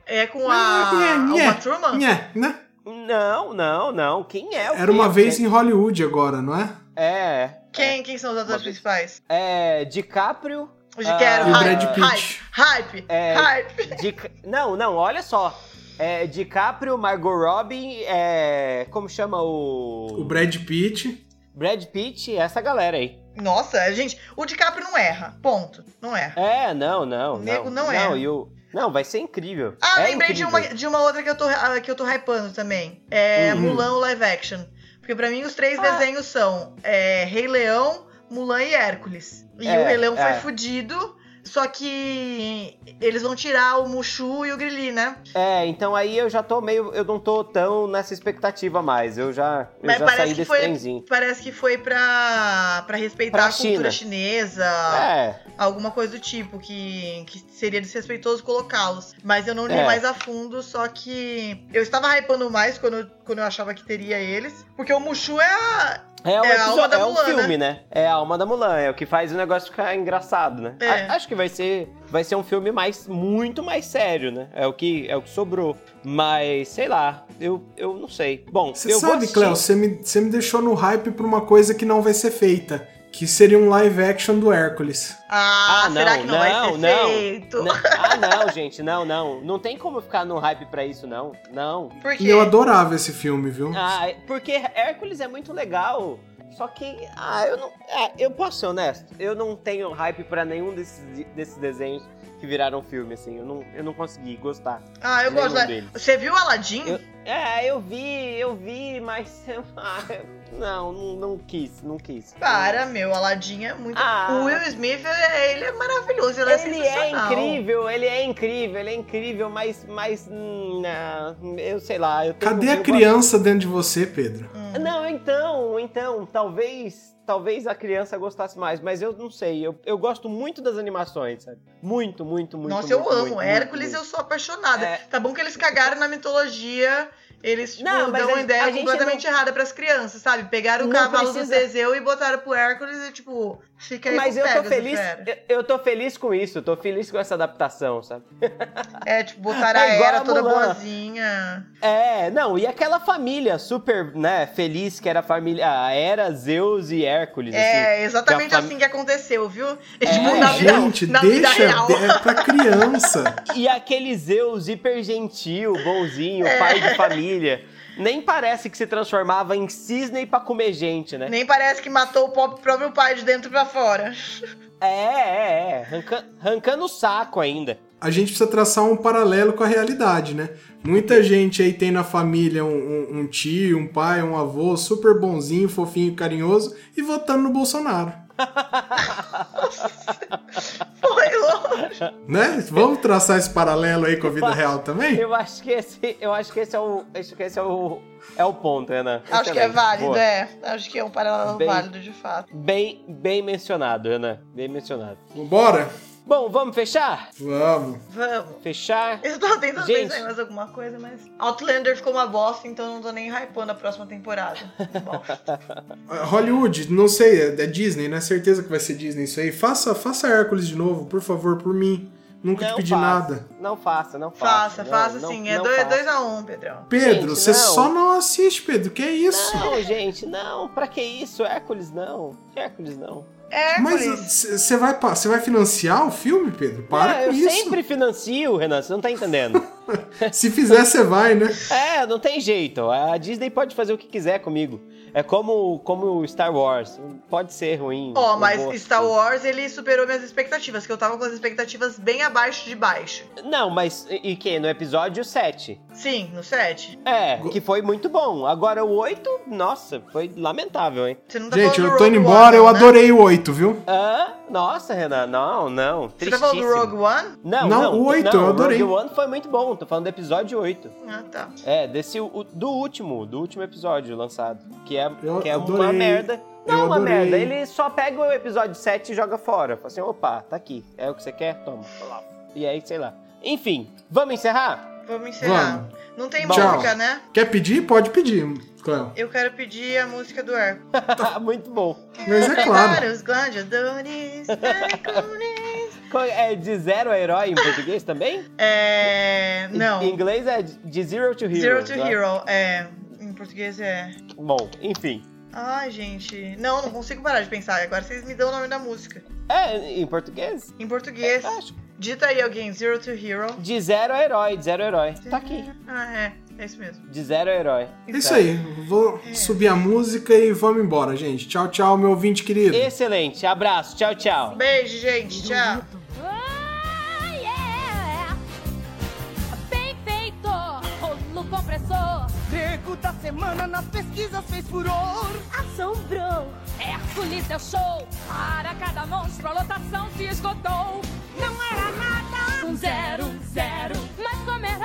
É com Ah, a. nhé, Uma nhé, turma? nhé, né? Não, não, não. Quem Ah. é o Era uma filme? vez em Hollywood agora, não é? É. Quem, quem são os atores principais? É. DiCaprio. Hoje Ah, quero E o hype, Brad hype, Pitt. hype, É. hype. Dic... Não, não, olha só. É, DiCaprio, Margot Robbie, é. Como chama O o. Brad Pitt. Brad Pitt, essa galera aí. Nossa, gente, o DiCaprio não erra. Ponto. Não erra. É, não, não. O nego não não é. Não, e o... não, vai ser incrível. Ah, É lembrei de incrível. Uhum. uma, de uma outra que eu tô, ah, que eu tô hypando também. É Hum. Mulan o live action. Porque pra mim os três Ah. desenhos são é, Rei Leão, Mulan e Hércules. E É, o Rei Leão é. foi fudido, só que eles vão tirar o Mushu e o Grilli, né? É, então aí eu já tô meio. Eu não tô tão nessa expectativa mais. Eu já, eu Mas já parece saí que desse foi- trenzinho. Parece que foi pra, pra respeitar Pra a China. cultura chinesa, É. alguma coisa do tipo, que, que seria desrespeitoso colocá-los. Mas eu não li É. mais a fundo, só que eu estava hypando mais quando, eu- quando eu achava que teria eles. Porque o Mushu é a, É, um É a alma episódio- da é um Mulan, filme, né? É a alma da Mulan, é o que faz o negócio ficar engraçado, né? É. A- acho que vai ser, vai ser um filme mais, muito mais sério, né? É o que, é o que sobrou. Mas, sei lá, eu, eu não sei. Bom, Você eu vou sabe, assistir. Cleo, você me, você me deixou no hype pra uma coisa que não vai ser feita. Que seria um live action do Hércules. Ah, Ah, não, será que não, vai ser não, não. feito? Não- ah, não, gente, não, não. Não tem como ficar no hype pra isso, não. Não. Por E quê? eu adorava esse filme, viu? Ah, porque Hércules é muito legal. Só que, ah, eu não. ah, eu posso ser honesto. Eu não tenho hype pra nenhum desses, desses desenhos que viraram filme, assim. Eu não, eu não consegui gostar. Ah, eu gosto Nenhum da... deles. Você viu Aladdin? Eu- É, eu vi, eu vi, mas. ah, não, não, não quis, não quis. Para, meu, Aladdin é muito... Ah. O Will Smith, é- ele é maravilhoso, ele, Ele é sensacional. incrível, ele é incrível, ele é incrível, mas. mas hum, não, eu sei lá. Eu tenho, Cadê a eu criança dentro de você, Pedro? gosto- Não, então, então, talvez. Talvez a criança gostasse mais, mas eu não sei. Eu, eu gosto muito das animações, sabe? Muito, muito, muito. Nossa, eu muito, amo. muito, Hércules, muito, eu sou apaixonada. É. Tá bom que eles cagaram na mitologia... Eles tipo, Não, mas dão a uma gente- ideia a gente completamente errada pras crianças, sabe? Pegaram o Não cavalo do precisa- Teseu e botaram pro Hércules e, tipo, fica aí Mas com eu tô Pegasus, feliz. fera. Eu, eu tô feliz com isso, eu tô feliz com essa adaptação, sabe? É, tipo, botaram a É igual Hera a toda Mulan. boazinha. É, não, e aquela família super, né, feliz que era a família. ah, Era Zeus e Hércules, assim. É, exatamente da fam- assim que aconteceu, viu? É, Gente, deixa. É pra criança. E aquele Zeus hiper gentil, bonzinho, É. pai de família. Nem parece que se transformava em cisne pra comer gente, né? Nem parece que matou o pop- próprio pai de dentro pra fora. É, é, é. Arranca- Arrancando o saco ainda. a gente precisa traçar um paralelo com a realidade, né? Muita gente aí tem na família um, um- um tio, um pai, um avô super bonzinho, fofinho, carinhoso e votando no Bolsonaro. Foi Né? Vamos traçar esse paralelo aí com a vida real também? Eu acho que esse, eu acho que esse é o, acho que esse é o, é o ponto, Renan. Acho que é Excelente. válido, Boa. é. Acho que é um paralelo Bem- válido de fato. Bem, bem mencionado, Renan. Bem mencionado. Vambora? Bom, vamos fechar? Vamos. Vamos. Fechar. Eu tô tentando Gente. pensar em mais alguma coisa, mas. Outlander ficou uma bosta, então eu não tô nem hypando a próxima temporada. Bosta. Ah, Hollywood, não sei, é é Disney, né? Certeza que vai ser Disney isso aí. Faça, faça Hércules de novo, por favor, por mim. Nunca te Não pedi faça. nada. Não faça, não faça. faça, não, faça não- sim. é não 2 faça. a 1 um, Pedrão. Pedro, Gente, você não. só não assiste, Pedro. Que isso? Não, gente, não. Pra que isso? Hércules não. Hércules não. É, Mas Hércules. você vai, pa- cê vai financiar o filme, Pedro? Para Ah, com eu isso. sempre financio, Renan. Você não tá entendendo. Se fizer, você vai, né? É, não tem jeito. A Disney pode fazer o que quiser comigo. É como como Star Wars. Pode ser ruim. Ó, Hum, eu mas vou Star assistir. Wars ele superou minhas expectativas, que eu tava com as expectativas bem abaixo de baixo. Não, mas e e que? No episódio 7. Sim, no 7. É, Go- que foi muito bom. Agora o 8, nossa, foi lamentável, hein? Você não tá Gente, falando eu do tô Rogue indo embora, One, eu né? adorei o 8, viu? Ah, nossa, Renan, não, não. Você tá falando do tristíssimo. Rogue One? Não, Não, não, o oito, não, eu adorei. O Rogue One foi muito bom, tô falando do episódio 8. Ah, tá. É, desse o- do último, do último episódio lançado, que é, Eu que é uma adorei. merda. Não, é Eu uma adorei. merda. Ele só pega o episódio 7 e joga fora. Fala assim, opa, tá aqui. É o que você quer? Toma. E aí, sei lá. Enfim, vamos encerrar? Vamos encerrar. Não tem Bom. música, né? Quer pedir? Pode pedir, Cléo. Eu quero pedir a música do Hércules. muito bom. Mas é claro. Para os gladiadores. Co- É de zero a herói em português também? é. Em- Não. Em inglês é de zero to hero. Zero to né? Hero. É. Em português é. Bom, enfim. Ai, gente. Não, não consigo parar de pensar. Agora vocês me dão o nome da música. É, em português? Em português. Acho. Dita aí alguém, Zero to Hero. De zero a herói, de zero a herói. Tá aqui. Ah, é. É isso mesmo. De zero a herói. Tá. É isso aí. Vou É. subir a música e vamos embora, gente. Tchau, tchau, meu ouvinte querido. Excelente. Abraço. Tchau, tchau. Beijo, gente. Tchau. Oh, yeah! Bem feito, rolo compressor. Perco da semana nas pesquisas fez furor. Assombrou. Hércules deu show. Para cada monstro, a lotação se esgotou. Não era nada. Um zero, zero. Mas como é, era um